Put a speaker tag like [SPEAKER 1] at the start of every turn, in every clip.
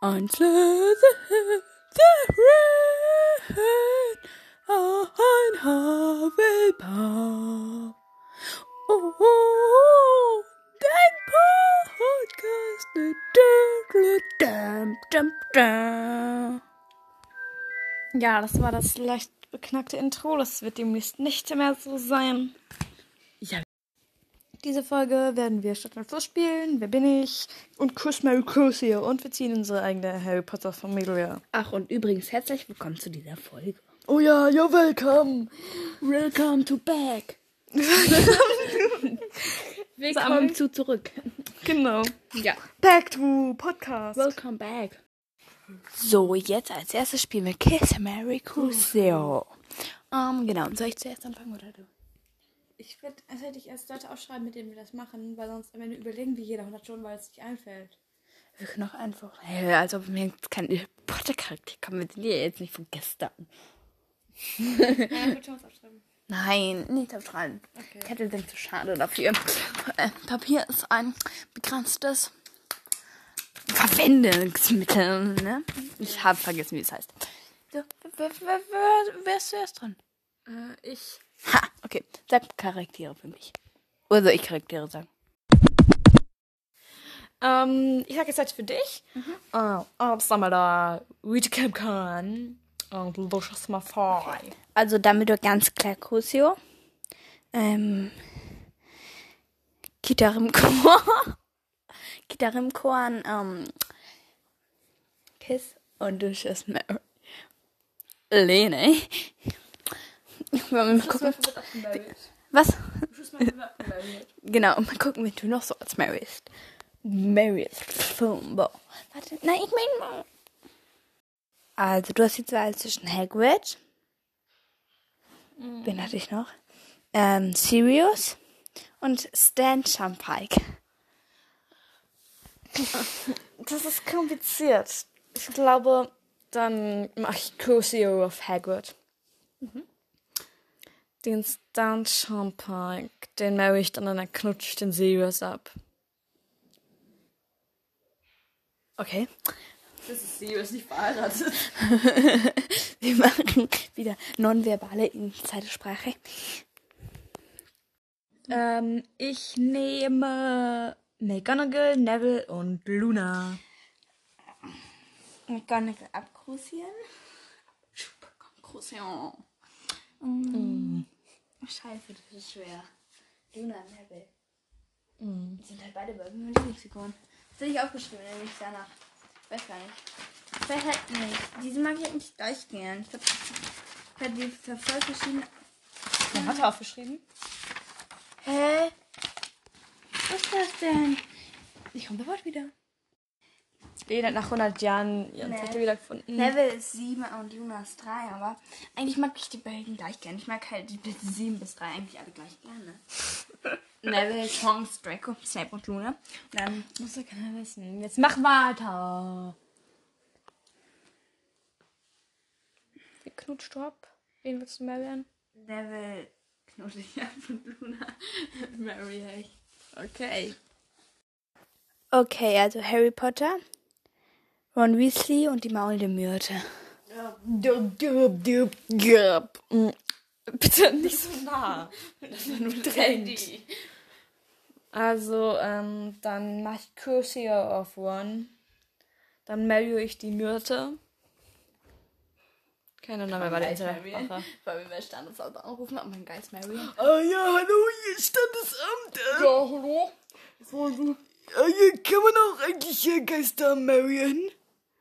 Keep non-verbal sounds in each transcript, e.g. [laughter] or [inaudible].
[SPEAKER 1] Until the, the rain auch ein Havelpaar. Oh, oh, dein Podcast mit Dödle, dam, dam, dam.
[SPEAKER 2] Ja, das war das leicht beknackte Intro. Das wird demnächst nicht mehr so sein.
[SPEAKER 1] Ja.
[SPEAKER 2] Diese Folge werden wir Stadt und Fluss spielen. Wer bin ich? Und Kuss Mary Kuss hier. Und wir ziehen unsere eigene Harry Potter Familie.
[SPEAKER 1] Ach, und übrigens herzlich willkommen zu dieser Folge.
[SPEAKER 2] Oh ja, you're welcome.
[SPEAKER 1] Welcome to back. Willkommen
[SPEAKER 2] Willkommen
[SPEAKER 1] zu zurück.
[SPEAKER 2] Genau.
[SPEAKER 1] Ja.
[SPEAKER 2] Back to Podcast.
[SPEAKER 1] Welcome back. So, jetzt als erstes spielen wir Kiss Mary Crucio. Ähm, genau. Soll ich zuerst anfangen oder du?
[SPEAKER 3] Ich würde tatsächlich erst Leute aufschreiben, mit denen wir das machen, weil sonst am Ende überlegen wir jeder 100 Stunden, weil es nicht einfällt.
[SPEAKER 1] Wir können auch einfach. Hey, als ob mir jetzt kein Harry Potter Charakter kommt. Wir sind ja jetzt nicht von gestern.
[SPEAKER 3] Nein, ich würde schon was aufschreiben.
[SPEAKER 1] Nein, nicht aufschreiben. Zettel sind zu schade dafür. Äh, Papier ist ein begrenztes Verwendungsmittel, ne? Ich habe vergessen, wie es heißt. So, wer, wer, wer, wer ist zuerst dran?
[SPEAKER 3] Äh, ich.
[SPEAKER 1] Ha, okay. Sag Charaktere für mich. Oder soll ich Charaktere sagen?
[SPEAKER 2] Ähm, ich sag jetzt halt für dich. Mhm. Uh, Dumbledore, Whitcomb Khan und Lucius Malfoy.
[SPEAKER 1] Also Dumbledore ganz klar Crucio. Ähm, Gitarrenchor. [laughs] Gitarrenchor an ähm, Kiss und Lucius Mary. Lene. [laughs] Mal gucken. Was? Genau, mal gucken, wenn du noch so als Mary ist. Mary ist Fumbo. Warte, nein, ich meine... Also, du hast die Wahl zwischen Hagrid...
[SPEAKER 3] Mhm.
[SPEAKER 1] Wen hatte ich noch? Ähm, Sirius und Stan
[SPEAKER 3] [laughs]
[SPEAKER 1] Champike.
[SPEAKER 2] Das ist kompliziert. Ich glaube, dann mache ich Crucio of Hagrid. Mhm. Den Stan Champike, den marry ich dann und dann knutsche ich den Sirius ab.
[SPEAKER 1] Okay.
[SPEAKER 3] Das ist seriös nicht verheiratet.
[SPEAKER 1] [laughs] Wir machen wieder nonverbale Insidersprache.
[SPEAKER 2] Ähm, ich nehme McGonagall, Neville und Luna.
[SPEAKER 1] McGonagall abkrusieren. Krusion. Mm. Scheiße, das ist schwer. Luna und Neville. Die sind halt beide bei mir Lieblingsfiguren. Das hätte ich aufgeschrieben, nämlich danach. Weiß gar nicht. Vielleicht halt nicht. Diese mag ich halt nicht gleich gern. Ich glaube, ich hatte die für voll verschiedene.
[SPEAKER 2] Man hat er aufgeschrieben.
[SPEAKER 1] Hä? Was ist das denn? Ich komme sofort wieder.
[SPEAKER 2] Lena hat nach 100 Jahren ihren
[SPEAKER 1] Nee.
[SPEAKER 2] Zettel wieder gefunden.
[SPEAKER 1] Neville ist 7 und Luna ist 3, aber eigentlich mag ich die beiden gleich gern. Ich mag halt die 7 bis 3 eigentlich alle gleich gerne. [laughs] Neville, Tonks, Draco, Snape und Luna. Und dann
[SPEAKER 2] Muss ja keiner wissen. Jetzt mach weiter. Wie knutscht du ab? Wen willst du mehr werden?
[SPEAKER 1] Neville knuddel [laughs] ich ab und Luna [laughs] marry ich. Okay. Okay, also Harry Potter, Ron Weasley und die maulende [laughs] Myrte.
[SPEAKER 2] Dürp, dürp, dürp, dürp. Mm. Bitte nicht so nah. Das war nur drängt. Also, ähm, dann mach ich Cursio of One. Dann marry ich die Myrte. Keine Ahnung, wer war der Internetsprache.
[SPEAKER 1] Weil wir Standesamt anrufen, aber mein Geist Mary.
[SPEAKER 2] Ah ja, hallo, hier ist Standesamt. Äh. Ja, hallo. Also.
[SPEAKER 4] Ah, hier kann man auch eigentlich hier Geister marryen?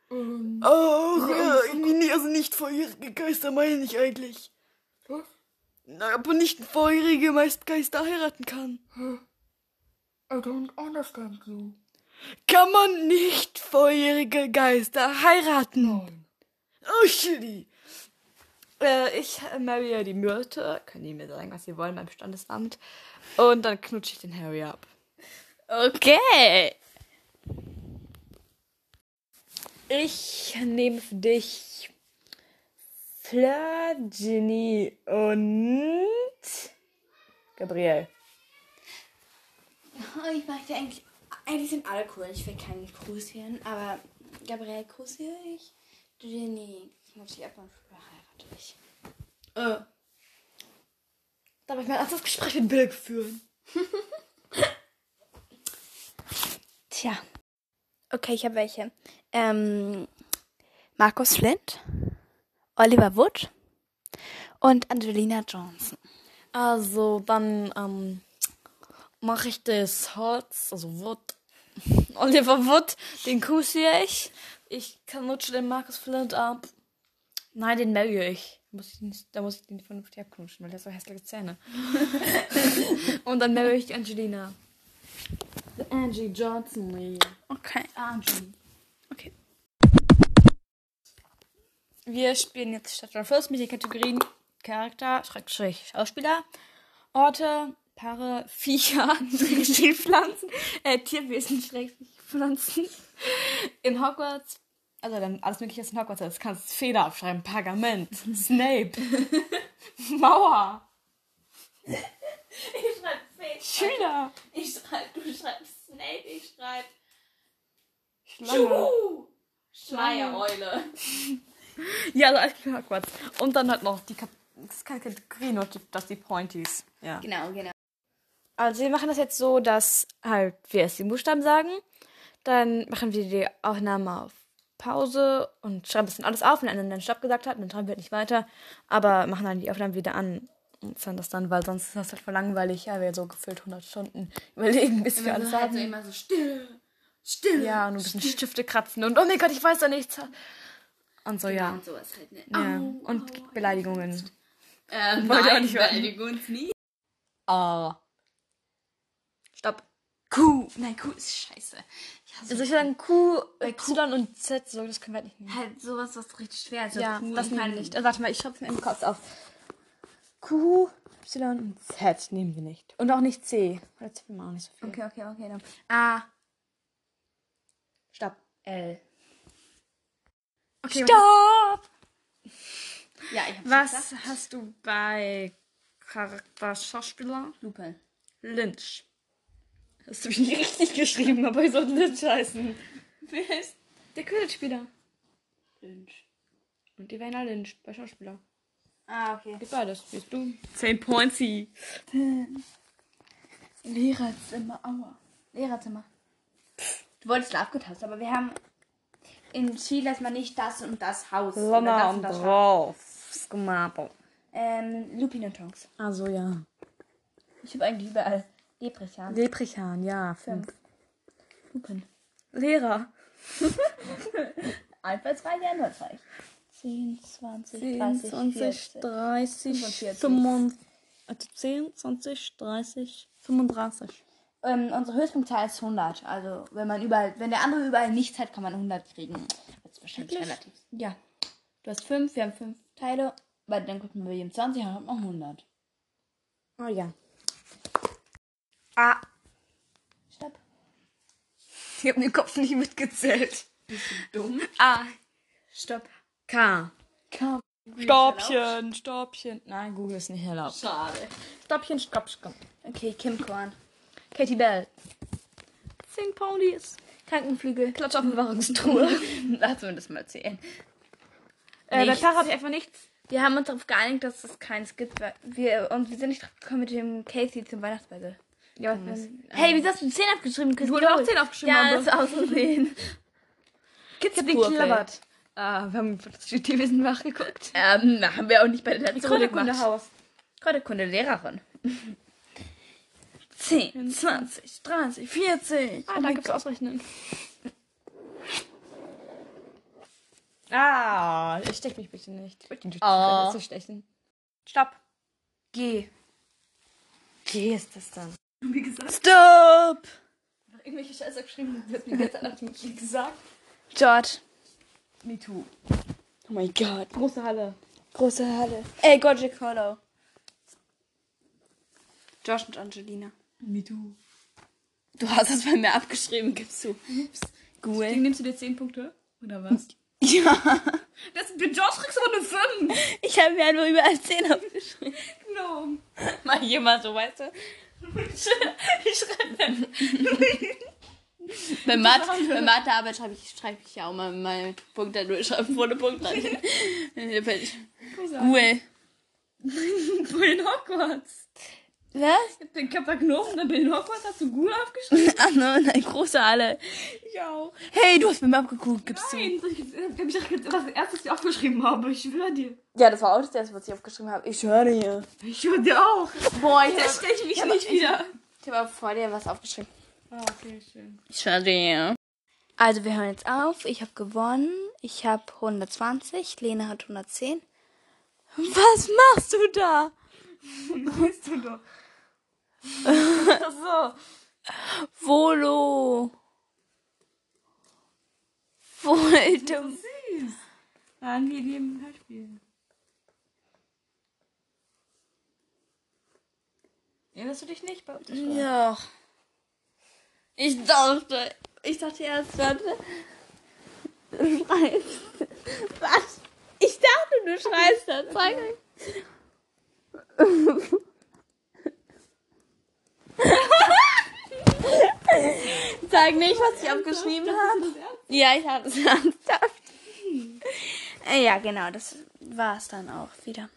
[SPEAKER 2] Ähm,
[SPEAKER 4] Auch, ja, irgendwie nicht, also nicht feurige Geister meine ich eigentlich. Na, ob man nicht feurige meist Geister heiraten kann.
[SPEAKER 2] Ah,
[SPEAKER 4] I don't understand you. Kann man nicht feurige Geister heiraten? Oh, shitty.
[SPEAKER 2] Äh, ich marry ja die Myrte. Können die mir sagen, was sie wollen beim Standesamt? Und dann knutsche ich den Harry ab.
[SPEAKER 1] Okay.
[SPEAKER 2] Ich nehme für dich Fleur, Ginny und Gabriel.
[SPEAKER 1] Oh, ich mag die eigentlich. Eigentlich sind alle cool. Ich will keinen Gruß hören, aber Gabriel küsse ich. Jenny, ich muss dich abmachen, heirate ich.
[SPEAKER 5] Äh. Darf ich mein erstes Gespräch mit Bill führen?
[SPEAKER 6] Tja. Okay, ich habe welche. Ähm, Markus Flint, Oliver Wood und Angelina Johnson.
[SPEAKER 2] Also, dann ähm, mache ich das Holz, also Wood. [laughs] Oliver Wood, den kussiere ich. Ich kann nutsche den Markus Flint ab. Nein, den marry ich. Muss ich den, da muss ich den vernünftig abknutschen, weil der hat so hässliche Zähne. [laughs] Und dann marry ich Angelina. Angie Johnson. ey.
[SPEAKER 6] Okay.
[SPEAKER 1] Angie.
[SPEAKER 2] Wir spielen jetzt statt oder Fürst mit den Kategorien Charakter, Schrägstrich, Schauspieler, Orte, Paare, [laughs] Viecher, Schrägstrich, Pflanzen, äh, Tierwesen, Schrägstrich, Pflanzen. In Hogwarts, also dann alles mögliche ist in Hogwarts, also du kannst Feder abschreiben, Pergament,
[SPEAKER 1] [laughs]
[SPEAKER 2] Snape, Mauer,
[SPEAKER 1] Ich schreibe Fisch.
[SPEAKER 2] Schüler,
[SPEAKER 1] Ich schreibe, du schreibst Snape, ich schreibe
[SPEAKER 2] Schlange.
[SPEAKER 1] Schleiereule.
[SPEAKER 2] Ja, also alles in Hogwarts. Und dann halt noch die Kat das ist keine Kategorie, nur die- dass die Pointies. Ja.
[SPEAKER 6] Genau, genau.
[SPEAKER 2] Also wir machen das jetzt so, dass halt wir erst den Buchstaben sagen, dann machen wir die Aufnahme auf Pause und schreiben das dann alles auf, wenn einer dann Stopp gesagt hat, dann schreiben wir halt nicht weiter, aber machen dann die Aufnahmen wieder an und zahlen das dann, weil sonst ist das halt voll langweilig, ja, wir so gefühlt 100 Stunden [laughs] überlegen, bis wir alles haben.
[SPEAKER 1] immer so still. Still.
[SPEAKER 2] Ja, und ein bisschen Stifte kratzen und oh mein Gott, ich weiß da nichts. Und so, Oh ja.
[SPEAKER 1] Und sowas halt nicht.
[SPEAKER 2] ja. Und Beleidigungen.
[SPEAKER 1] Ähm,
[SPEAKER 2] [laughs] Wollte ich auch
[SPEAKER 1] nein,
[SPEAKER 2] nicht hören.
[SPEAKER 1] beleidige uns nie.
[SPEAKER 2] Ah. Stopp.
[SPEAKER 1] Kuh. Nein, Kuh ist scheiße. Ich hasse
[SPEAKER 2] Also ich würde sagen Q, Y und Z, so, das können wir halt nicht nehmen.
[SPEAKER 1] halt Äh, sowas, was richtig schwer ist.
[SPEAKER 2] Ja,
[SPEAKER 1] Kuh
[SPEAKER 2] das
[SPEAKER 1] und halt
[SPEAKER 2] nehmen
[SPEAKER 1] Pfeil.
[SPEAKER 2] wir nicht. Also, warte mal, ich schreibe es mir im Kopf auf. Q, Y und Z nehmen wir nicht. Und auch nicht C. Oder Z nehmen wir auch nicht so viel.
[SPEAKER 1] Okay, okay, okay. Dann. A.
[SPEAKER 2] Stopp.
[SPEAKER 1] L.
[SPEAKER 2] Stopp!
[SPEAKER 1] Ja, ich hab's gesagt.
[SPEAKER 2] Was hast du bei Charakter Schauspieler?
[SPEAKER 1] Lupe.
[SPEAKER 2] Lynch. Hast du mich nicht [laughs] richtig geschrieben, aber ich soll Lynch heißen. Wer ist der Quidditch-Spieler?
[SPEAKER 1] Lynch.
[SPEAKER 2] Und Ivana Lynch bei Schauspieler.
[SPEAKER 1] Ah, okay.
[SPEAKER 2] Geht beides, bist du? 10 Pointsy.
[SPEAKER 1] Lehrerzimmer, aua. Lehrerzimmer. Du wolltest da abgetastet, aber wir haben entschieden, dass man nicht das und das Haus. oder
[SPEAKER 2] Lana
[SPEAKER 1] das
[SPEAKER 2] und
[SPEAKER 1] das Haus-
[SPEAKER 2] drauf. Skumabo.
[SPEAKER 1] Ähm, Lupinotons.
[SPEAKER 2] Also ja.
[SPEAKER 1] Ich habe eigentlich überall Leprechaun.
[SPEAKER 2] Leprichan, ja. Fünf.
[SPEAKER 1] Lupin.
[SPEAKER 2] Lehrer.
[SPEAKER 1] Einfallsreich, einfallsreich. 10, 20, 30, 40.
[SPEAKER 2] 30,
[SPEAKER 1] 45.
[SPEAKER 2] Also 10, 20, 30, 35.
[SPEAKER 1] Ähm, unsere Höchstpunktzahl ist 100. Also, wenn man überall, wenn der andere überall nichts hat, kann man 100 kriegen. Das ist wahrscheinlich relativ. Ja. Du hast 5, wir haben 5 Teile. Weil dann gucken wir jedem 20, dann hat man 100.
[SPEAKER 2] Ah ja. Ah,
[SPEAKER 1] Stopp.
[SPEAKER 2] ich habe den Kopf nicht mitgezählt.
[SPEAKER 1] Dumm.
[SPEAKER 2] Ah,
[SPEAKER 1] Stopp.
[SPEAKER 2] K.
[SPEAKER 1] Komm.
[SPEAKER 2] Stoppchen, Stoppchen. Nein, Google ist nicht erlaubt.
[SPEAKER 1] Schade.
[SPEAKER 2] Stoppchen, Stopp, Stopp.
[SPEAKER 1] Okay, Kim Korn.
[SPEAKER 2] Katie Bell. 10 Ponys. Krankenflügel. Klatschoppenwahrungstruhe.
[SPEAKER 1] [laughs] Lass mir das mal zählen.
[SPEAKER 2] äh, bei
[SPEAKER 1] Nichts.
[SPEAKER 2] Tara habe ich einfach nichts.
[SPEAKER 1] Wir haben uns darauf geeinigt, dass es keins gibt. Weil wir, und wir sind nicht drauf gekommen mit dem Casey zum Weihnachtsball.
[SPEAKER 2] Ja,
[SPEAKER 1] Hey, wieso hast du 10 abgeschrieben?
[SPEAKER 2] Du hast auch 10 aufgeschrieben,
[SPEAKER 1] Ja,
[SPEAKER 2] Mamba.
[SPEAKER 1] das ist aus Versehen.
[SPEAKER 2] Kids ich hab den
[SPEAKER 1] Gurke.
[SPEAKER 2] Klabert. Ah, wir haben das Tierwesen nachgeguckt.
[SPEAKER 1] ähm, na, haben wir auch nicht bei der letzten Runde gemacht.
[SPEAKER 2] Haus.
[SPEAKER 1] Kräuterkunde, Lehrerin. [laughs] 10, 20, 30, 40.
[SPEAKER 2] Ah, da gibt's Ausrechnen. Ah, ich steck mich bitte nicht. Ich wollte den
[SPEAKER 1] Ah.
[SPEAKER 2] zu stechen. Stopp.
[SPEAKER 1] G.
[SPEAKER 2] G ist das dann.
[SPEAKER 1] Wie gesagt,
[SPEAKER 2] Stopp!
[SPEAKER 1] irgendwelche Scheiße geschrieben. Du hast mir gestern Nacht nicht gesagt.
[SPEAKER 2] George.
[SPEAKER 1] Me too.
[SPEAKER 2] Oh mein Gott. Große Halle.
[SPEAKER 1] Große Halle. Ey, Godric Hollow. Josh und Angelina.
[SPEAKER 2] Me too.
[SPEAKER 1] Du hast es bei mir abgeschrieben, gibst du. Cool.
[SPEAKER 2] nimmst du dir 10 Punkte? Oder was?
[SPEAKER 1] [laughs] Ja.
[SPEAKER 2] Das, mit George kriegst du aber eine 5.
[SPEAKER 1] Ich habe mir einfach überall 10 aufgeschrieben.
[SPEAKER 2] No. [laughs]
[SPEAKER 1] Mal hier mal so, weißt du? [laughs]
[SPEAKER 2] Ich schreibe
[SPEAKER 3] Bei Mathe, bei Mathearbeit schreibe ich, schreibe ich ja auch mal meine Punkte durch, schreibe vorne Punkte rein.
[SPEAKER 2] [laughs]
[SPEAKER 3] Gue.
[SPEAKER 2] Bullen Hogwarts.
[SPEAKER 3] Was?
[SPEAKER 2] Ich hab den Kapagnosen der Bullen Hogwarts. Hast du gut aufgeschrieben?
[SPEAKER 3] [laughs] Ach nein, nein, große Halle.
[SPEAKER 2] Ich auch.
[SPEAKER 3] Hey, du hast mir mal abgeguckt, gibst du.
[SPEAKER 2] Nein, das- ich hab mich direkt das erste, was ich aufgeschrieben habe. Ich schwör dir.
[SPEAKER 1] Ja, das war auch das erste, was ich aufgeschrieben habe. Ich höre dir.
[SPEAKER 2] Ich schwör dir auch.
[SPEAKER 1] Boah, ich
[SPEAKER 2] Das
[SPEAKER 1] habe
[SPEAKER 2] stell ich mich nicht wieder.
[SPEAKER 1] hab vor dir was aufgeschrieben.
[SPEAKER 2] Ah, okay, schön.
[SPEAKER 3] Schade.
[SPEAKER 1] Also wir hören jetzt auf. Ich habe gewonnen. Ich habe 120. Lena hat 110. Was machst du
[SPEAKER 2] [laughs]
[SPEAKER 1] da?
[SPEAKER 2] Siehst
[SPEAKER 1] [laughs]
[SPEAKER 2] du doch. Ach so.
[SPEAKER 1] Volo. Voldem.
[SPEAKER 2] Angenehm Hörspiel. Erinnerst du dich nicht? Bei das war-
[SPEAKER 3] Doch. Ich dachte, ich dachte erst, warte. Du schreibst. Was? Ich dachte, du schreibst das. Zeig euch. Zeig nicht, was ich abgeschrieben habe. Ja, ich habe es [laughs] ernsthaft.
[SPEAKER 1] Ja, genau. Das war es dann auch wieder.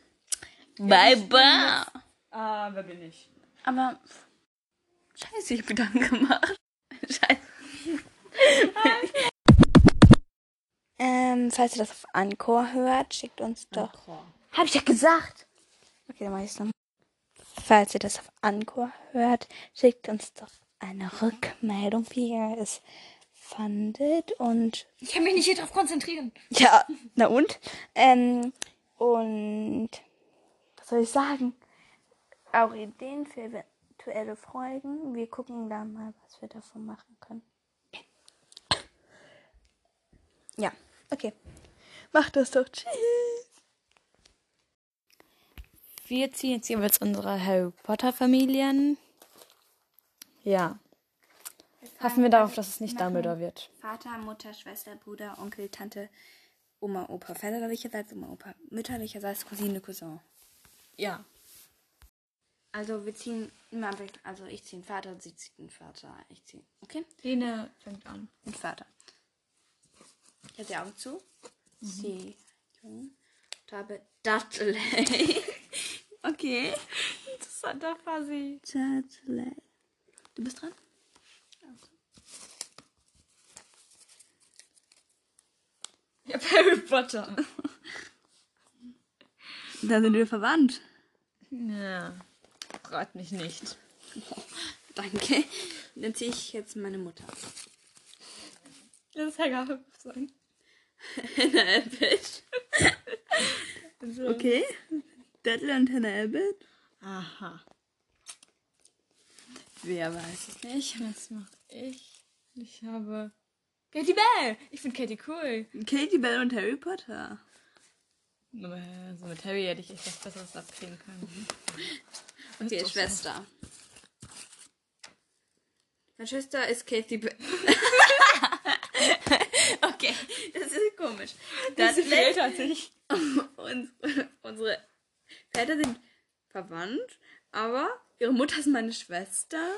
[SPEAKER 3] Bye bye.
[SPEAKER 2] Ah, wer bin ich?
[SPEAKER 1] Aber
[SPEAKER 3] Scheiße, ich hab Gedanken gemacht. [laughs] Scheiße.
[SPEAKER 1] [laughs] ähm, falls ihr das auf Anchor hört, schickt uns doch. Hab ich ja gesagt. Okay, dann mach ich's noch. Falls ihr das auf Anchor hört, schickt uns doch eine Rückmeldung, wie ihr es fandet und
[SPEAKER 2] Ich kann mich nicht hier drauf konzentrieren.
[SPEAKER 1] ja, na und? Ähm, und was soll ich sagen? Auch Ideen für eventuelle Folgen. Wir gucken da mal, was wir davon machen können. Ja, okay. Macht das doch. Tschüss.
[SPEAKER 7] Wir ziehen jetzt jeweils unsere Harry Potter Familien. Ja. Hoffen wir darauf, dass es nicht Dumbledore wird.
[SPEAKER 1] Vater, Mutter, Schwester, Bruder, Onkel, Tante, Oma, Opa. Väterlicherseits Oma, Opa. Mütterlicherseits Cousine, Cousin.
[SPEAKER 7] Ja.
[SPEAKER 1] Also wir ziehen immer am besten. Also ich ziehe einen Vater, sie zieht einen Vater. Ich ziehe. Okay?
[SPEAKER 2] Lene fängt an.
[SPEAKER 1] Ein Vater. Ich habe die Augen zu.
[SPEAKER 2] Mhm.
[SPEAKER 1] Sie. Jung. Tabe.
[SPEAKER 2] [laughs]
[SPEAKER 1] Dudley. okay.
[SPEAKER 2] Santa Fuzzy.
[SPEAKER 1] Dudley. Du bist dran?
[SPEAKER 2] Ja,
[SPEAKER 1] [laughs]
[SPEAKER 2] Harry Potter.
[SPEAKER 3] Da sind wir verwandt.
[SPEAKER 2] Ja. Fragt mich nicht.
[SPEAKER 1] [laughs] Danke. Dann ziehe ich jetzt meine Mutter.
[SPEAKER 2] Das ist Hagar sein.
[SPEAKER 3] Hannah Abbott. okay. Dudley und Hannah Abbott.
[SPEAKER 2] Aha.
[SPEAKER 3] Wer weiß es nicht.
[SPEAKER 2] Was mache ich? Ich habe. Katie Bell! Ich finde Katie cool.
[SPEAKER 3] Katie Bell und Harry Potter.
[SPEAKER 2] Aber äh, So mit Harry hätte ich echt was Besseres abkriegen
[SPEAKER 3] [laughs]
[SPEAKER 2] können.
[SPEAKER 3] Okay,
[SPEAKER 2] doch so.
[SPEAKER 3] Schwester. Meine Schwester ist Katie
[SPEAKER 2] [laughs]
[SPEAKER 3] Bell. okay, das ist komisch.
[SPEAKER 2] Das ist viel
[SPEAKER 3] Dudley
[SPEAKER 2] älter
[SPEAKER 3] [laughs]
[SPEAKER 2] als ich.
[SPEAKER 3] und unsere Väter sind verwandt, aber ihre Mutter ist meine Schwester.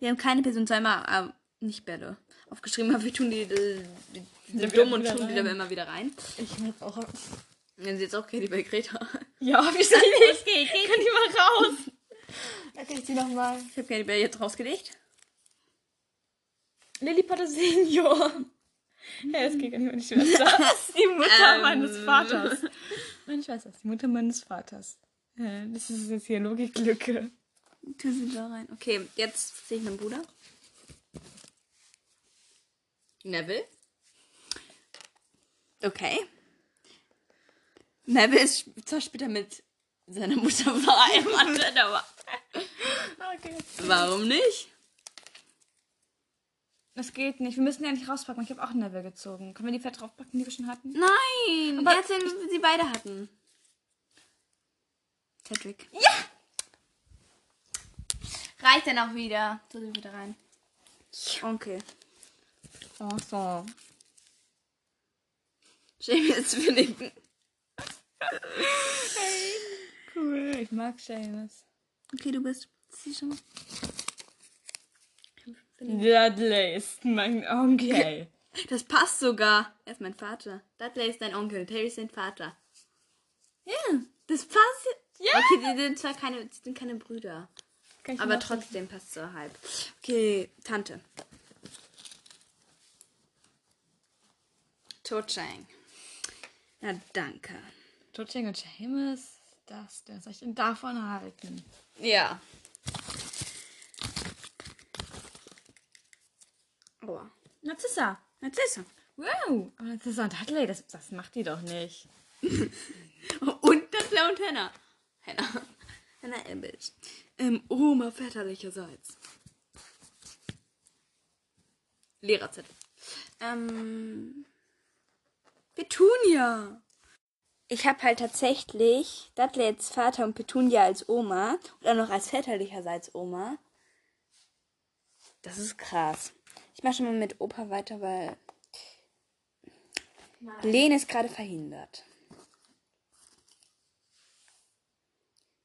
[SPEAKER 3] Wir haben keine Person zweimal, äh, nicht Bälle, aufgeschrieben, aber wir tun die, die, die, die sind
[SPEAKER 2] wieder
[SPEAKER 3] dumm und
[SPEAKER 2] wieder
[SPEAKER 3] tun die
[SPEAKER 2] rein.
[SPEAKER 3] da immer wieder rein.
[SPEAKER 2] Ich muss auch.
[SPEAKER 3] Dann ist jetzt auch Katie bei Greta.
[SPEAKER 2] [laughs] Ja, wie soll ich? Kann die mal raus? Okay, ich zieh nochmal.
[SPEAKER 3] Ich habe Katie Bell jetzt rausgelegt.
[SPEAKER 2] Lily Potter Senior. Ja, es geht gar nicht um die [laughs] Schwester. Das ist die Mutter
[SPEAKER 3] Ähm.
[SPEAKER 2] meines Vaters. Meine Schwester ist die Mutter meines Vaters. Äh, Das ist jetzt hier Logiklücke.
[SPEAKER 3] Tun sie da rein. Okay, jetzt sehe ich meinen Bruder. Neville. Okay. Neville ist sp- zwar später mit seiner Mutter [laughs] verheiratet, aber
[SPEAKER 2] Okay.
[SPEAKER 3] warum nicht?
[SPEAKER 2] Das geht nicht. Wir müssen ja nicht rauspacken. Ich habe auch Neville gezogen. Können wir die Fett draufpacken, die wir schon hatten?
[SPEAKER 3] Nein! jetzt, wenn sie beide hatten. Cedric. Ja! Reicht dann auch wieder. So sind wir da rein. Onkel.
[SPEAKER 2] Oh, so.
[SPEAKER 3] James Finnegan.
[SPEAKER 2] Cool. Ich mag Seamus.
[SPEAKER 3] Okay, du bist.
[SPEAKER 1] Sie schon mal.
[SPEAKER 4] Dudley ist mein Onkel.
[SPEAKER 2] [laughs]
[SPEAKER 1] Das passt sogar. Er ist mein Vater. Dudley ist dein Onkel. Terry ist dein Vater. Ja, das passt. Ja. Okay, die sind zwar keine, die sind keine Brüder. Aber trotzdem passt so halb. Okay, Tante. Totschang. Na, danke.
[SPEAKER 2] Tutsching und Seamus, das, der soll ich denn davon halten?
[SPEAKER 1] Ja. Aua. Narzissa. Narzissa.
[SPEAKER 2] Wow, aber das ist ein Dudley, das, das macht die doch nicht.
[SPEAKER 1] Und Dudley und Hannah. Hannah. Hannah Elbitch. Ähm, Oma väterlicherseits. Lehrerzettel. Ähm, Petunia. Ich habe halt tatsächlich Dudley als Vater und Petunia als Oma und auch noch als väterlicherseits Oma. Das ist krass. Ich mache schon mal mit Opa weiter, weil Lene ist gerade verhindert.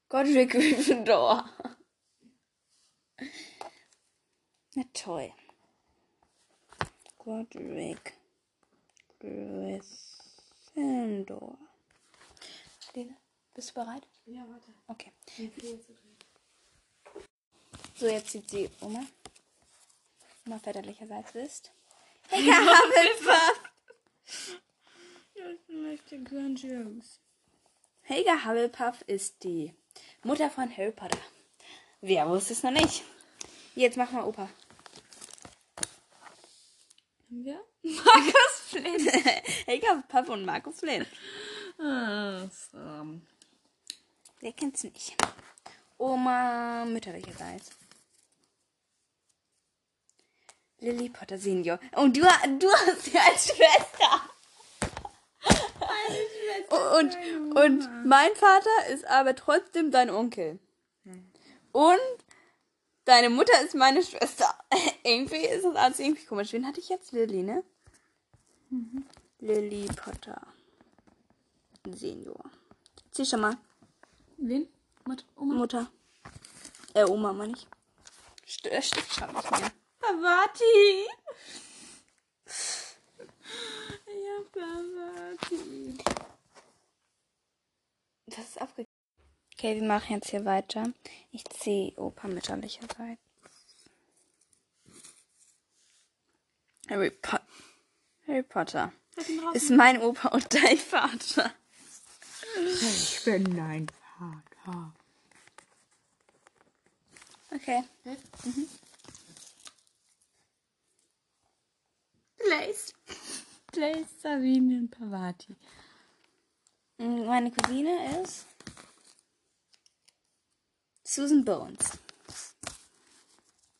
[SPEAKER 1] Godric Gryffindor. Na toll. Godric Gryffindor. Lena, bist du bereit? Ja, warte. Okay. So, jetzt sieht sie um, Oma. Oma väterlicherseits [laughs] ist. Ja, Hufflepuff. Helga Hufflepuff ist die Mutter von Harry Potter. Wer wusste es noch nicht? Jetzt mach mal Opa. [laughs]
[SPEAKER 2] Haben wir?
[SPEAKER 1] Markus Flynn. Helga Hufflepuff und Markus Flynn.
[SPEAKER 2] Ah, so.
[SPEAKER 1] Wer kennt's nicht? Oma mütterlicherseits. Lily Potter Senior. Und du, du hast sie als Schwester. Und, und mein Vater ist aber trotzdem dein Onkel. Und deine Mutter ist meine Schwester. [laughs] irgendwie ist es alles irgendwie komisch. Wen hatte ich jetzt? Lilly, ne? Lily Potter. Senior. Zieh schon mal.
[SPEAKER 2] Wen? Mutter? Oma?
[SPEAKER 1] Mutter. Äh, Oma, meine ich. St Stift schon nicht mehr.
[SPEAKER 2] Pavati! ja, Pavati.
[SPEAKER 1] Das ist abge... Okay, wir machen jetzt hier weiter. Ich ziehe Opa mütterlicherseits. Harry, po Harry Potter. Ist mein Opa und dein Vater.
[SPEAKER 8] Ich bin dein Vater.
[SPEAKER 1] Okay. Mhm. Place.
[SPEAKER 2] Place Sabine und Pavati.
[SPEAKER 1] Mm, Meine Cousine ist Susan Bones.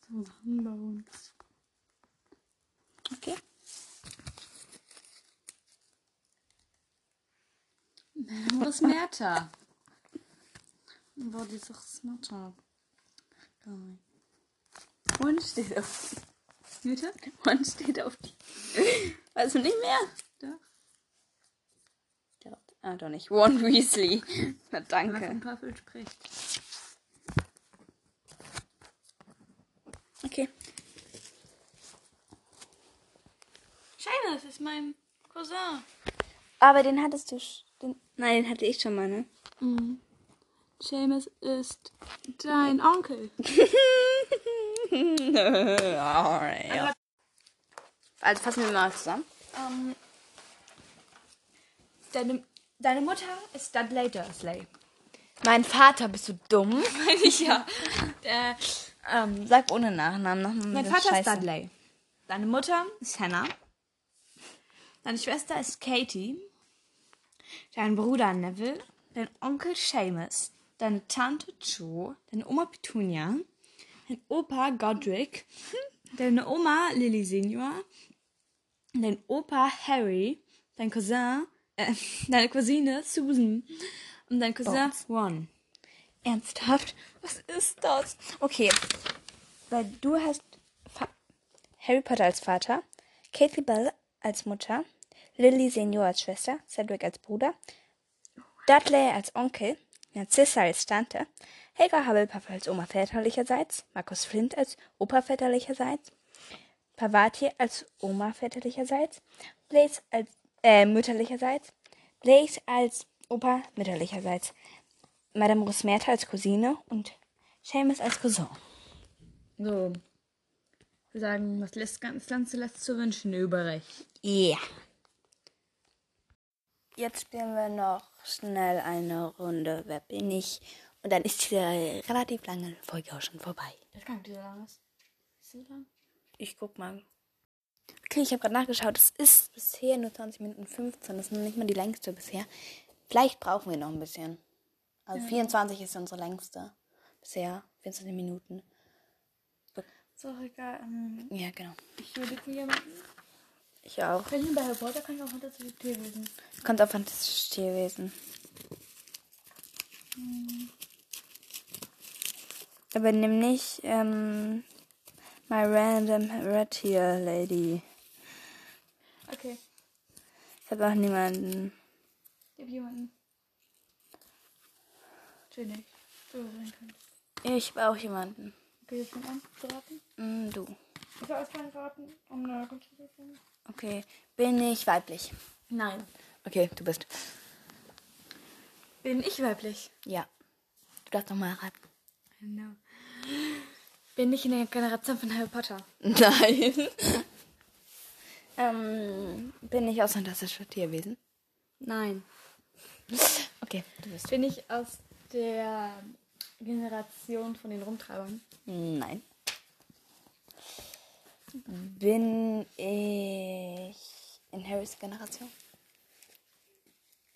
[SPEAKER 2] Susan Bones.
[SPEAKER 1] Okay.
[SPEAKER 2] Wo ist Merta? Wo die ist auch Merta?
[SPEAKER 1] One steht auf,
[SPEAKER 2] Merta?
[SPEAKER 1] one steht auf die. Weißt du nicht mehr?
[SPEAKER 2] Doch.
[SPEAKER 1] Ja, Ah, doch nicht. One
[SPEAKER 9] [laughs]
[SPEAKER 1] Weasley. Na, danke.
[SPEAKER 2] Puffel spricht.
[SPEAKER 1] Okay.
[SPEAKER 4] Scheiße, das ist mein Cousin.
[SPEAKER 1] Aber den hattest du. sch- Den, nein, den hatte ich schon mal, ne?
[SPEAKER 2] Seamus ist dein Onkel.
[SPEAKER 1] [laughs] Also fassen wir mal zusammen.
[SPEAKER 4] Ähm, deine, deine Mutter ist Dudley Dursley.
[SPEAKER 9] Mein Vater, bist du dumm?
[SPEAKER 4] ja. Äh,
[SPEAKER 9] Ähm, sag ohne Nachnamen nochmal.
[SPEAKER 4] mein Vater ist Dudley. Deine Mutter ist Hannah. Deine Schwester ist Katie. Dein Bruder Neville. Dein Onkel Seamus. Deine Tante Jo. Deine Oma Petunia. Dein Opa Godric. Deine Oma Lily Senior. Dein Opa Harry. Dein Cousin. Äh, deine Cousine Susan. Und dein Cousin Ron.
[SPEAKER 1] Ernsthaft? Was ist das? Okay. Weil du hast Fa Harry Potter als Vater, Katie Bell als Mutter, Lily Senior als Schwester, Cedric als Bruder, Dudley als Onkel, Narzissa als Tante, Helga Hubblepuff als Oma väterlicherseits, Markus Flint als Opa väterlicherseits, Pavati als Oma väterlicherseits, Blaze als äh, mütterlicherseits, Blaze als Opa mütterlicherseits, Madame Rosmerta als Cousine und Seamus als Cousin.
[SPEAKER 2] So. Wir sagen, was lässt ganz Land zuletzt zu wünschen übrig?
[SPEAKER 1] Ja. Jetzt spielen wir noch schnell eine Runde Wer bin ich? Und dann ist diese relativ lange Folge auch schon vorbei.
[SPEAKER 2] Das kann nicht so lang ist. Ist so lang?
[SPEAKER 1] Ich guck mal. Okay, ich habe gerade nachgeschaut. Es ist bisher nur 20 Minuten 15. Das ist noch nicht mal die längste bisher. Vielleicht brauchen wir noch ein bisschen. Also 24 ist unsere längste bisher. 24 Minuten.
[SPEAKER 2] Ist auch egal. Ähm,
[SPEAKER 1] Ja, genau.
[SPEAKER 2] ich überlege mir jemanden.
[SPEAKER 1] Ich auch.
[SPEAKER 2] Wenn ich bei Harry Potter kann ich auch unter zu Tee lesen.
[SPEAKER 1] Du kannst auch fantastisches Tierwesen. Aber nimm nicht ähm, My Random Red Here Lady.
[SPEAKER 2] Okay.
[SPEAKER 1] Ich habe auch niemanden.
[SPEAKER 2] Ich hab jemanden. Chill nicht. So sein können.
[SPEAKER 1] Ich habe auch jemanden.
[SPEAKER 2] Okay, jetzt fang an zu raten.
[SPEAKER 1] Mm, du.
[SPEAKER 2] Ich soll erstmal raten, um eine Computer zu finden.
[SPEAKER 1] Okay. Bin ich weiblich?
[SPEAKER 2] Nein.
[SPEAKER 1] Okay, du bist.
[SPEAKER 2] Bin ich weiblich?
[SPEAKER 1] Ja. Du darfst nochmal [laughs] raten.
[SPEAKER 2] No. Bin ich in der Generation von Harry Potter?
[SPEAKER 1] Nein. ähm, bin ich aus fantastisches Tierwesen?
[SPEAKER 2] Nein.
[SPEAKER 1] Okay, du bist.
[SPEAKER 2] Bin ich aus der Generation von den Rumtreibern?
[SPEAKER 1] Nein. Bin ich in Harrys Generation?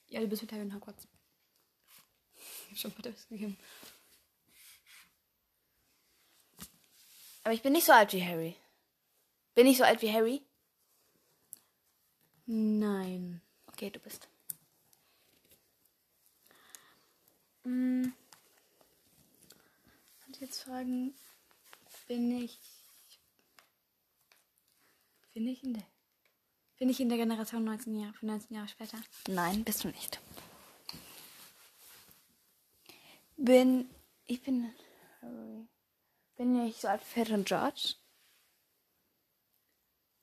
[SPEAKER 2] Ja, du bist mit Harry in Hogwarts. Ich hab schon mal durchgegeben.
[SPEAKER 1] Aber ich bin nicht so alt wie Harry. Bin ich so alt wie Harry?
[SPEAKER 2] Nein.
[SPEAKER 1] Okay, du bist.
[SPEAKER 2] Hm. Kann ich jetzt fragen, bin ich. Bin ich in der. Bin ich in der Generation 19 Jahre, von 19 Jahre später?
[SPEAKER 1] Nein, bist du nicht. Bin ich bin Harry. Bin ich so alt wie Fred und George?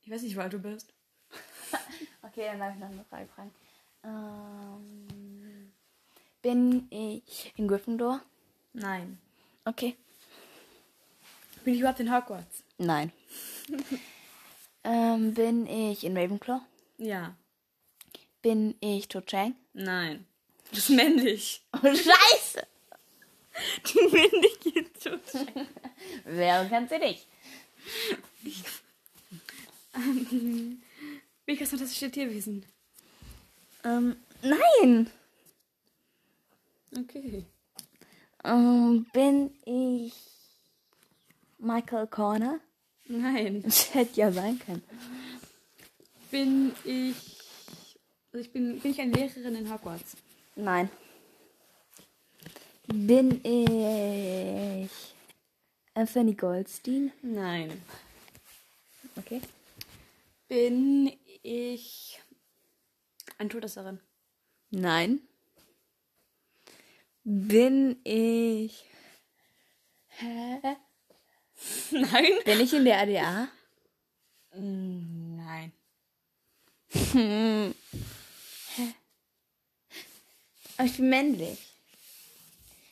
[SPEAKER 2] Ich weiß nicht, wie alt du bist.
[SPEAKER 1] Okay, dann darf ich noch eine Frage fragen. Ähm, bin ich in Gryffindor?
[SPEAKER 2] Nein.
[SPEAKER 1] Okay.
[SPEAKER 2] Bin ich überhaupt in Hogwarts? [laughs]
[SPEAKER 1] Nein. ähm, bin ich in Ravenclaw?
[SPEAKER 2] Ja.
[SPEAKER 1] Bin ich Cho Chang?
[SPEAKER 2] Nein. Du bist männlich.
[SPEAKER 1] [laughs] Oh, [laughs] scheiße!
[SPEAKER 2] Du männliche Tutsch.
[SPEAKER 1] [laughs] Wer kennt sie nicht?
[SPEAKER 2] Bin ich das fantastische Tierwesen?
[SPEAKER 1] Ähm, nein!
[SPEAKER 2] Okay.
[SPEAKER 1] Ähm, bin ich Michael Corner? [laughs]
[SPEAKER 2] Nein.
[SPEAKER 1] Das hätte ja sein können.
[SPEAKER 2] Bin ich. Also ich bin, bin ich eine Lehrerin in Hogwarts?
[SPEAKER 1] Nein. Bin ich Anthony Goldstein?
[SPEAKER 2] Nein.
[SPEAKER 1] Okay.
[SPEAKER 2] Bin ich eine Todesserin?
[SPEAKER 1] Nein. Bin ich. Hä?
[SPEAKER 2] Nein.
[SPEAKER 1] Bin ich in der ADA?
[SPEAKER 2] Nein.
[SPEAKER 1] Aber ich bin männlich.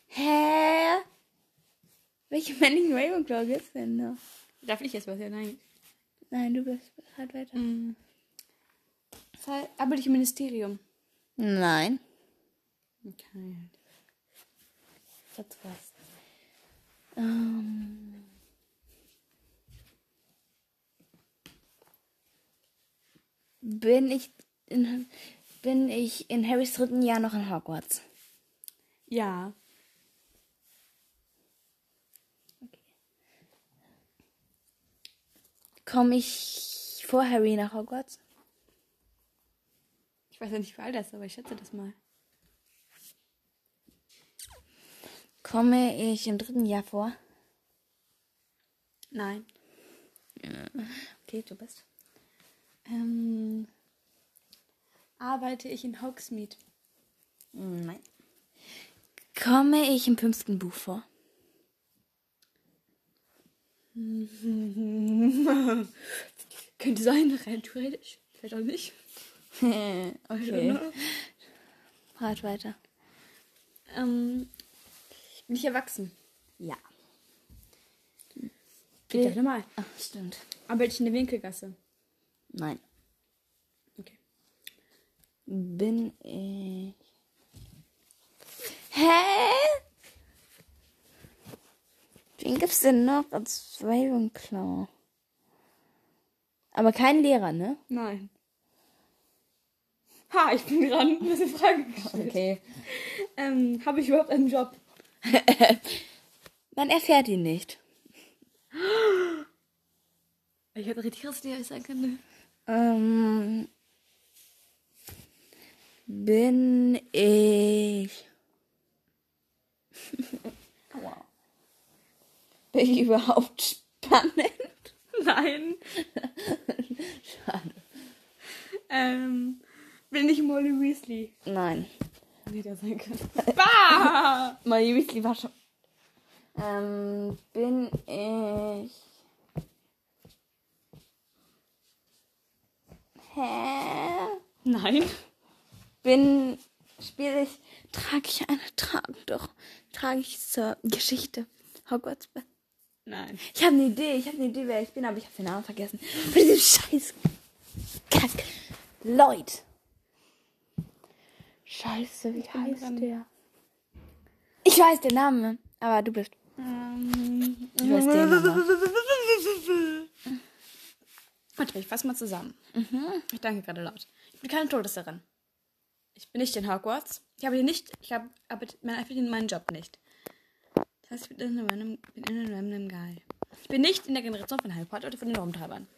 [SPEAKER 1] Hä? Welche männlichen Ravenclaw gibt's denn noch?
[SPEAKER 2] Darf ich jetzt was ja Nein.
[SPEAKER 1] Nein, du bist halt weiter.
[SPEAKER 2] Fall- Arbeite ich im Ministerium?
[SPEAKER 1] Nein.
[SPEAKER 2] Okay.
[SPEAKER 1] Jetzt was. Ähm. Bin ich in, bin ich in Harrys dritten Jahr noch in Hogwarts?
[SPEAKER 2] Ja.
[SPEAKER 1] Komme ich vor Harry nach Hogwarts?
[SPEAKER 2] Ich weiß ja nicht, wie alt das ist, aber ich schätze das mal.
[SPEAKER 1] Komme ich im dritten Jahr vor?
[SPEAKER 2] Nein.
[SPEAKER 1] Okay, du bist.
[SPEAKER 2] Ähm, [laughs] arbeite ich in Hogsmeade?
[SPEAKER 1] Nein. Komme ich im fünften Buch vor? [laughs]
[SPEAKER 2] Könnte sein, rein theoretisch. Vielleicht auch nicht.
[SPEAKER 1] okay. Rat weiter.
[SPEAKER 2] Ähm, bin ich erwachsen?
[SPEAKER 1] Ja.
[SPEAKER 2] Geht ja normal.
[SPEAKER 1] Ach, Ah, stimmt.
[SPEAKER 2] Arbeite ich in der Winkelgasse?
[SPEAKER 1] Nein.
[SPEAKER 2] Okay.
[SPEAKER 1] Bin ich. Hä? Wen gibt's denn noch als Ravenclaw? Aber kein Lehrer, ne?
[SPEAKER 2] Nein. Ha, ich bin gerade ein bisschen Frage gestellt.
[SPEAKER 1] Okay.
[SPEAKER 2] Ähm, habe ich überhaupt einen Job?
[SPEAKER 1] Man erfährt ihn nicht.
[SPEAKER 2] Ich hätte richtig was dir sagen können.
[SPEAKER 1] Ähm. Bin ich. [laughs] Bin ich überhaupt spannend?
[SPEAKER 2] Nein.
[SPEAKER 1] [laughs] Schade.
[SPEAKER 2] Ähm, bin ich Molly Weasley?
[SPEAKER 1] Nein.
[SPEAKER 2] Hätte sein können.
[SPEAKER 1] Molly Weasley war schon. Ähm, bin ich. Hä?
[SPEAKER 2] Nein.
[SPEAKER 1] Bin. Spiele ich. Trage ich eine Trage doch. Trage ich zur Geschichte. Hogwarts.
[SPEAKER 2] Nein.
[SPEAKER 1] Ich habe eine Idee. Ich habe eine Idee, wer ich bin, aber ich habe den Namen vergessen. Von diesem Scheiß. Kack. Lloyd. Scheiße, wie heißt der? Ich weiß den Namen, aber du bist. Ich weiß den Namen.
[SPEAKER 2] Warte, ich fasse mal zusammen. Ich danke gerade laut. Ich bin keine Todesserin. Ich bin nicht in Hogwarts. Ich habe hier nicht. Ich habe aber mein, einfach in meinen Job nicht. Das heißt, ich bin in einem random, bin in einem random Guy. Ich bin nicht in der Generation von Harry Potter oder von den Raumtreibern.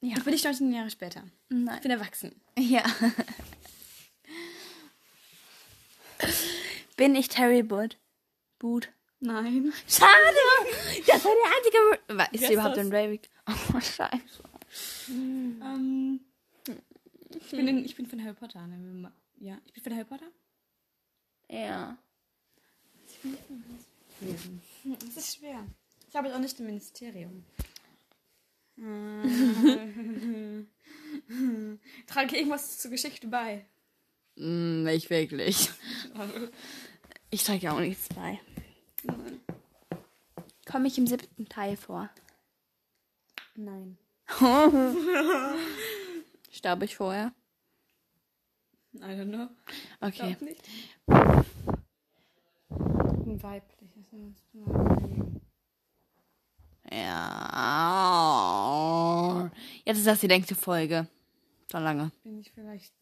[SPEAKER 2] Ich bin nicht 19 Jahre später. Ich
[SPEAKER 1] Nein.
[SPEAKER 2] bin erwachsen.
[SPEAKER 1] Ja. bin ich Terry Wood? Boot.
[SPEAKER 2] Nein.
[SPEAKER 1] Schade! Das war der einzige. Ra- Wa- Ist
[SPEAKER 2] Wer
[SPEAKER 1] sie
[SPEAKER 2] ist
[SPEAKER 1] überhaupt
[SPEAKER 2] das?
[SPEAKER 1] ein Ravik? Oh, scheiße.
[SPEAKER 2] Ähm, ich, bin in, ich bin von Harry Potter. ne? Wenn wir mal- Ja, ich bin von Harry Potter.
[SPEAKER 1] Ja.
[SPEAKER 2] Das ist schwer. Ich habe jetzt auch nicht im Ministerium. [laughs] Trage ich irgendwas zur Geschichte bei.
[SPEAKER 1] Hm, nicht wirklich. Ich trage ja auch nichts bei. Komme ich im siebten Teil vor?
[SPEAKER 2] Nein.
[SPEAKER 1] Starb ich vorher?
[SPEAKER 2] I don't know.
[SPEAKER 1] Okay.
[SPEAKER 2] Glaub nicht. Ein weibliches.
[SPEAKER 1] Ja. Jetzt ist das die längste Folge. Schon lange.
[SPEAKER 2] Bin ich vielleicht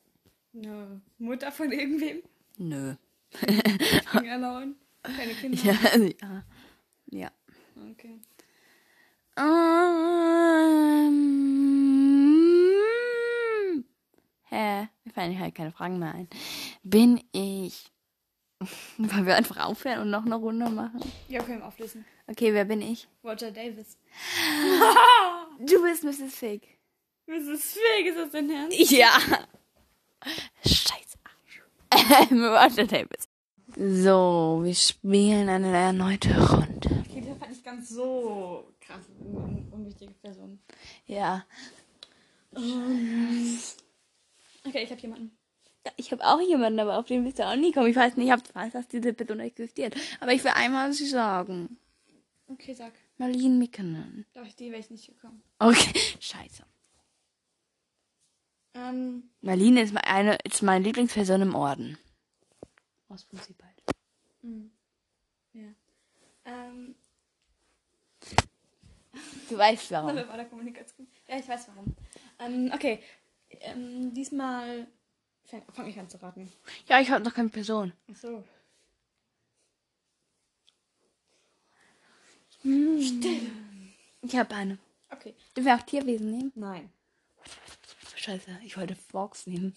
[SPEAKER 2] eine Mutter von [laughs] irgendwem?
[SPEAKER 1] Nö. [laughs]
[SPEAKER 2] King alone? Keine Kinder?
[SPEAKER 1] Ja. ja. Ah. ja.
[SPEAKER 2] Okay.
[SPEAKER 1] Ähm. Hä? Mir fallen halt keine Fragen mehr ein. Bin ich. [laughs] Wollen wir einfach aufhören und noch eine Runde machen?
[SPEAKER 2] Ja, können wir auflösen.
[SPEAKER 1] Okay, wer bin ich?
[SPEAKER 2] Roger Davis.
[SPEAKER 1] Du bist Mrs. Fig.
[SPEAKER 2] Das ist fähig, ist das denn Ernst?
[SPEAKER 1] Ja. Scheiße. Ähm, Roger Davis. So, wir spielen eine erneute Runde.
[SPEAKER 2] Okay, das fand ich halt ganz so krass. Unwichtige Person.
[SPEAKER 1] Ja.
[SPEAKER 2] Okay, ich habe jemanden.
[SPEAKER 1] Ja, Ich habe auch jemanden, aber auf den bist du auch nie kommen. Ich weiß nicht, ob du weißt, dass diese Person existiert. Aber ich will einmal was sagen.
[SPEAKER 2] Okay, sag.
[SPEAKER 1] Marlene Mikkenen.
[SPEAKER 2] Darf ich die wäre ich nicht gekommen.
[SPEAKER 1] Okay, [laughs] scheiße.
[SPEAKER 2] Ähm,
[SPEAKER 1] Marlene ist meine, ist meine Lieblingsperson im Orden. Aus Prinzip halt.
[SPEAKER 2] Hm. ähm,
[SPEAKER 1] Du weißt
[SPEAKER 2] oh.
[SPEAKER 1] warum.
[SPEAKER 2] war der Kommunikation. Ja, ich weiß warum. Ähm, okay. Ähm, diesmal fange ich an zu raten.
[SPEAKER 1] Ja, ich habe noch keine Person.
[SPEAKER 2] Ach so.
[SPEAKER 1] Ich habe eine.
[SPEAKER 2] Okay.
[SPEAKER 1] Dürfen wir auch Tierwesen ne? nehmen?
[SPEAKER 2] Nein.
[SPEAKER 1] Scheiße, ich wollte Fox nehmen.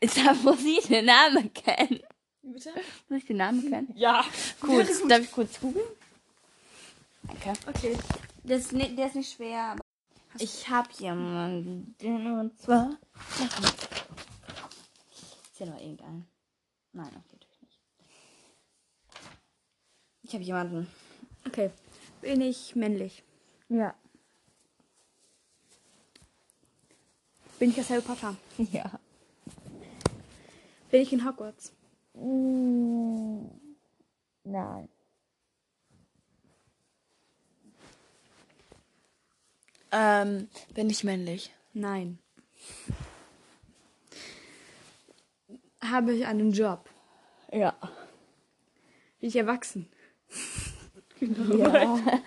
[SPEAKER 1] Ist da, muss ich den Namen kennen?
[SPEAKER 2] Wie Bitte?
[SPEAKER 1] Muss ich den Namen kennen?
[SPEAKER 2] Ja.
[SPEAKER 1] Cool. Darf ich kurz googeln? Danke.
[SPEAKER 2] Okay.
[SPEAKER 1] Das, der ist nicht schwer.
[SPEAKER 4] Ich hab jemanden, den und zwar. Ist ja noch irgendein. Nein, okay, natürlich nicht. Ich hab jemanden.
[SPEAKER 1] Okay.
[SPEAKER 4] Bin ich männlich?
[SPEAKER 1] Ja.
[SPEAKER 4] Bin ich aus Harry Potter?
[SPEAKER 1] [laughs] Ja.
[SPEAKER 4] Bin ich in Hogwarts?
[SPEAKER 1] Nein.
[SPEAKER 10] Ähm, bin ich männlich?
[SPEAKER 4] Nein. Habe ich einen Job?
[SPEAKER 1] Ja.
[SPEAKER 4] Bin ich erwachsen?
[SPEAKER 1] Ja.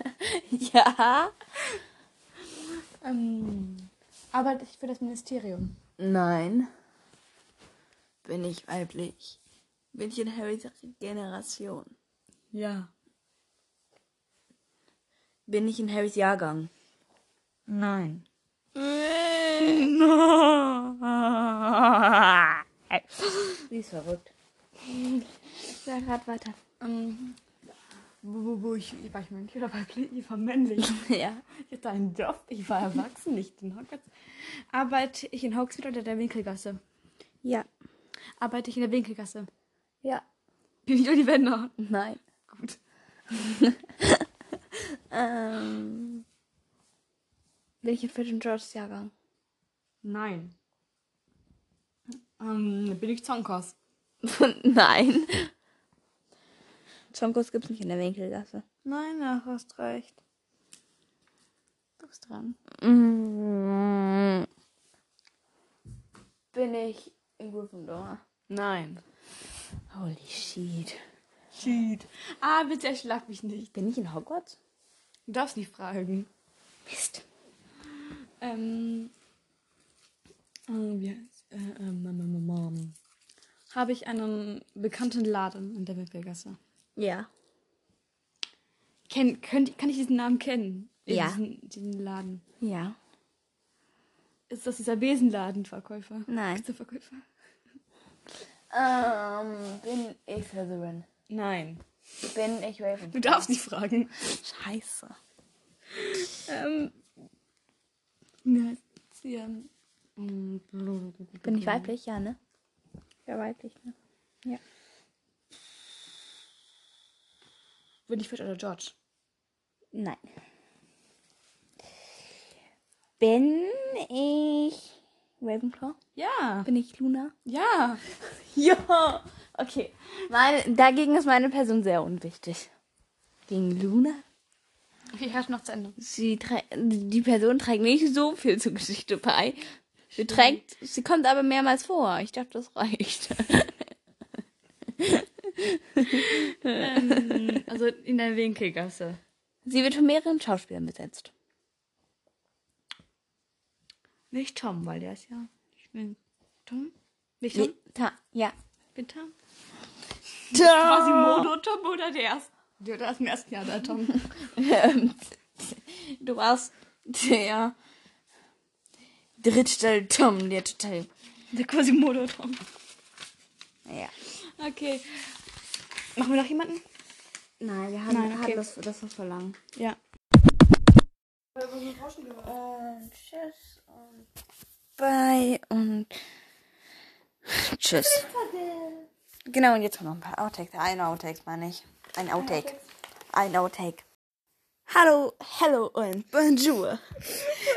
[SPEAKER 2] Arbeite ich für das Ministerium?
[SPEAKER 10] Nein. Bin ich weiblich? Bin ich in Harrys Generation?
[SPEAKER 2] Ja.
[SPEAKER 10] Bin ich in Harrys Jahrgang?
[SPEAKER 1] Nein.
[SPEAKER 4] Sie ist verrückt.
[SPEAKER 1] Sag grad weiter.
[SPEAKER 2] Wo, wo, wo ich, ich war ich männlich oder weiblich? Ich war [laughs] männlich.
[SPEAKER 1] Ja.
[SPEAKER 2] Ich hatte einen Job, ich war erwachsen, nicht in Hogwarts. Arbeite ich in Hogsmeade oder der Winkelgasse?
[SPEAKER 1] Ja.
[SPEAKER 2] Arbeite ich in der Winkelgasse?
[SPEAKER 1] Ja.
[SPEAKER 2] Bin ich Ollivander?
[SPEAKER 1] Nein. [laughs]
[SPEAKER 2] Gut.
[SPEAKER 1] Ähm. Bin ich in Fred und George's
[SPEAKER 10] [laughs]
[SPEAKER 1] Jahrgang?
[SPEAKER 2] Nein. Ähm, bin ich Zonkos?
[SPEAKER 1] Nein. Zonkos gibt's nicht in der Winkelgasse.
[SPEAKER 2] Nein, ach, hast recht. Du bist dran.
[SPEAKER 1] Bin ich in Gryffindor?
[SPEAKER 2] Nein.
[SPEAKER 1] Holy shit.
[SPEAKER 2] Cheat. Ah, bitte erschlag mich nicht.
[SPEAKER 1] Bin ich in Hogwarts?
[SPEAKER 2] Du darfst nicht fragen.
[SPEAKER 1] Mist.
[SPEAKER 2] Ähm. Äh, wie heißt. Äh, ähm, mam, mam, mam, mam. Habe ich einen bekannten Laden in der Winkelgasse?
[SPEAKER 1] Ja.
[SPEAKER 2] Kenn, könnt, kann ich diesen Namen kennen? Äh,
[SPEAKER 1] Ja.
[SPEAKER 2] Diesen, diesen Laden.
[SPEAKER 1] Ja.
[SPEAKER 2] Ist das dieser Besenladenverkäufer?
[SPEAKER 1] Nein.
[SPEAKER 2] Ist der Verkäufer?
[SPEAKER 1] Ähm, bin ich Slytherin?
[SPEAKER 2] Nein.
[SPEAKER 1] Bin ich Raven?
[SPEAKER 2] Du darfst nicht fragen.
[SPEAKER 1] Scheiße.
[SPEAKER 2] Ähm. Wie heißt sie? Ähm, Bin
[SPEAKER 1] Bin ich weiblich? Ja, ne? Ja, weiblich, ne?
[SPEAKER 2] ich Fred oder George?
[SPEAKER 1] Nein. Bin ich Ravenclaw?
[SPEAKER 2] Ja.
[SPEAKER 1] Bin ich Luna?
[SPEAKER 2] Ja.
[SPEAKER 1] Ja, okay. Meine, dagegen ist meine Person sehr unwichtig. Gegen Luna?
[SPEAKER 2] Okay, ich hatte noch zu Ende.
[SPEAKER 1] Sie trä- die Person trägt nicht so viel zur Geschichte bei. Sie trägt, sie kommt aber mehrmals vor. Ich dachte, das reicht.
[SPEAKER 2] Also in der Winkelgasse.
[SPEAKER 1] Sie wird von mehreren Schauspielern besetzt.
[SPEAKER 2] Nicht Tom, weil der ist ja. Ich bin Tom. Nicht Tom,
[SPEAKER 1] Nee, ta, ja.
[SPEAKER 2] ich
[SPEAKER 1] [laughs]
[SPEAKER 2] bin Tom. Quasimodo Tom oder der erste. Der der ist im ersten Jahr der Tom.
[SPEAKER 1] [laughs] Du warst der Drittstelle Tom, der total.
[SPEAKER 2] Der Quasimodo Tom.
[SPEAKER 1] Ja.
[SPEAKER 2] Okay. Machen wir noch jemanden?
[SPEAKER 1] Nein, wir haben,
[SPEAKER 2] Nein, okay.
[SPEAKER 1] haben das, das war voll lang.
[SPEAKER 2] Ja.
[SPEAKER 1] Und tschüss und bye und tschüss. Genau, und jetzt kommen noch ein paar Outtakes. Ein Outtake meine ich. Ein Outtake. Ein Outtake.
[SPEAKER 10] Hallo, hello und bonjour.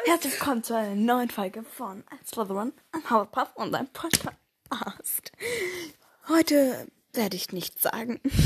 [SPEAKER 10] Herzlich willkommen zu einer neuen Folge von Slytherin am Hufflepuff und einem Podcast. Heute werde ich nichts sagen.